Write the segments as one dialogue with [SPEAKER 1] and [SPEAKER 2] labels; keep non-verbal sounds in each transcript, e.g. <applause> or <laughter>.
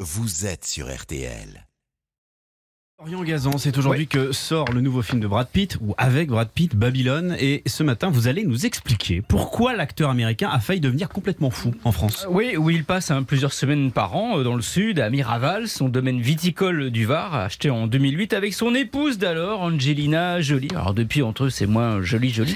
[SPEAKER 1] vous êtes sur RTL.
[SPEAKER 2] Florian Gazan, c'est aujourd'hui que sort le nouveau film de Brad Pitt, ou avec Brad Pitt, Babylone. Et ce matin, vous allez nous expliquer pourquoi l'acteur américain a failli devenir complètement fou en France.
[SPEAKER 3] Oui, où il passe hein, plusieurs semaines par an euh, dans le sud, à Miraval, son domaine viticole du Var, acheté en 2008 avec son épouse d'alors, Angelina Jolie. Alors depuis, entre eux, c'est moins joli,
[SPEAKER 4] <laughs>
[SPEAKER 3] joli.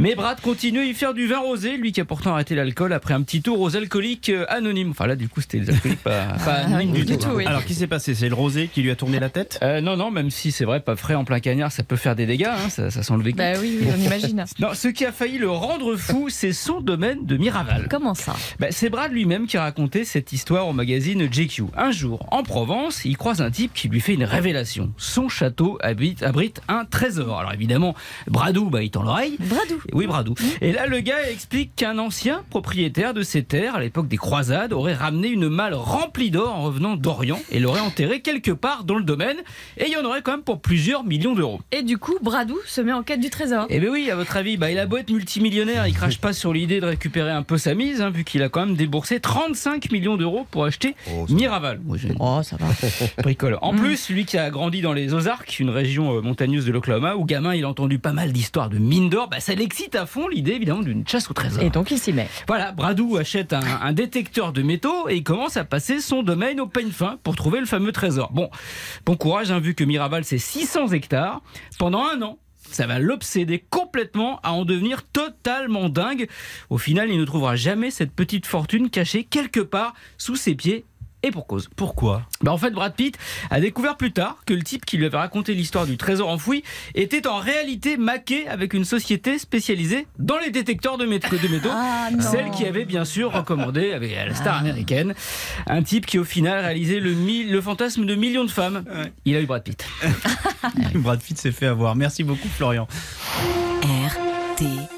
[SPEAKER 3] Mais Brad continue à y faire du vin rosé, lui qui a pourtant arrêté l'alcool après un petit tour aux alcooliques euh, anonymes. Enfin là, du coup, c'était les alcooliques
[SPEAKER 4] <laughs>
[SPEAKER 3] pas, pas anonymes Euh, du,
[SPEAKER 4] du
[SPEAKER 3] tout. hein.
[SPEAKER 4] tout, oui.
[SPEAKER 2] Alors, qui s'est passé C'est le rosé qui lui a tourné la tête
[SPEAKER 3] Euh, non, non, même si c'est vrai, pas frais en plein cagnard, ça peut faire des dégâts, hein, ça, ça sent le vécu.
[SPEAKER 4] Bah oui, oui, on imagine.
[SPEAKER 3] Non, ce qui a failli le rendre fou, c'est son domaine de Miraval.
[SPEAKER 4] <laughs> Comment ça
[SPEAKER 3] Bah, c'est Brad lui-même qui a raconté cette histoire au magazine JQ. Un jour, en Provence, il croise un type qui lui fait une révélation. Son château habite- abrite un trésor. Alors évidemment, Bradou, bah, il tend l'oreille.
[SPEAKER 4] Bradou.
[SPEAKER 3] Et Oui, Bradou. Et là, le gars explique qu'un ancien propriétaire de ces terres, à l'époque des croisades, aurait ramené une malle remplie d'or en revenant d'Orient et l'aurait enterré quelque part dans le domaine. Et il y en aurait quand même pour plusieurs millions d'euros.
[SPEAKER 4] Et du coup, Bradou se met en quête du trésor.
[SPEAKER 3] Eh bien oui, à votre avis, bah, il a beau être multimillionnaire, il crache pas sur l'idée de récupérer un peu sa mise, hein, vu qu'il a quand même déboursé 35 millions d'euros pour acheter
[SPEAKER 1] Oh, ça
[SPEAKER 3] Miraval. Oui, je
[SPEAKER 4] Oh, ça va.
[SPEAKER 3] <laughs>
[SPEAKER 4] Mm.
[SPEAKER 3] bricole. En plus, lui qui a grandi dans les Ozarks, une région euh, montagneuse de l'Oklahoma, où gamin, il a entendu pas mal d'histoires de mines d'or, bah, ça l'excite à fond l'idée évidemment d'une chasse au trésor.
[SPEAKER 4] Et donc, il s'y met.
[SPEAKER 3] Voilà, Bradou achète un, un détecteur de métaux et il commence à passer son domaine au peigne fin pour trouver le fameux trésor. Bon, bon courage, hein, vu que Miraval c'est 600 hectares. Pendant un an, ça va l'obséder complètement à en devenir totalement dingue. Au final, il ne trouvera jamais cette petite fortune cachée quelque part sous ses pieds. Et pour cause.
[SPEAKER 2] Pourquoi
[SPEAKER 3] Bah en fait, Brad Pitt a découvert plus tard que le type qui lui avait raconté l'histoire du trésor enfoui était en réalité maqué avec une société spécialisée dans les détecteurs de mét- de métaux.
[SPEAKER 4] Ah
[SPEAKER 3] Celle qui avait bien sûr recommandé avec la star américaine, un type qui au final réalisait le, mi- le fantasme de millions de femmes. Il a eu Brad Pitt.
[SPEAKER 2] Brad Pitt s'est fait avoir. Merci beaucoup, Florian.
[SPEAKER 5] RTL.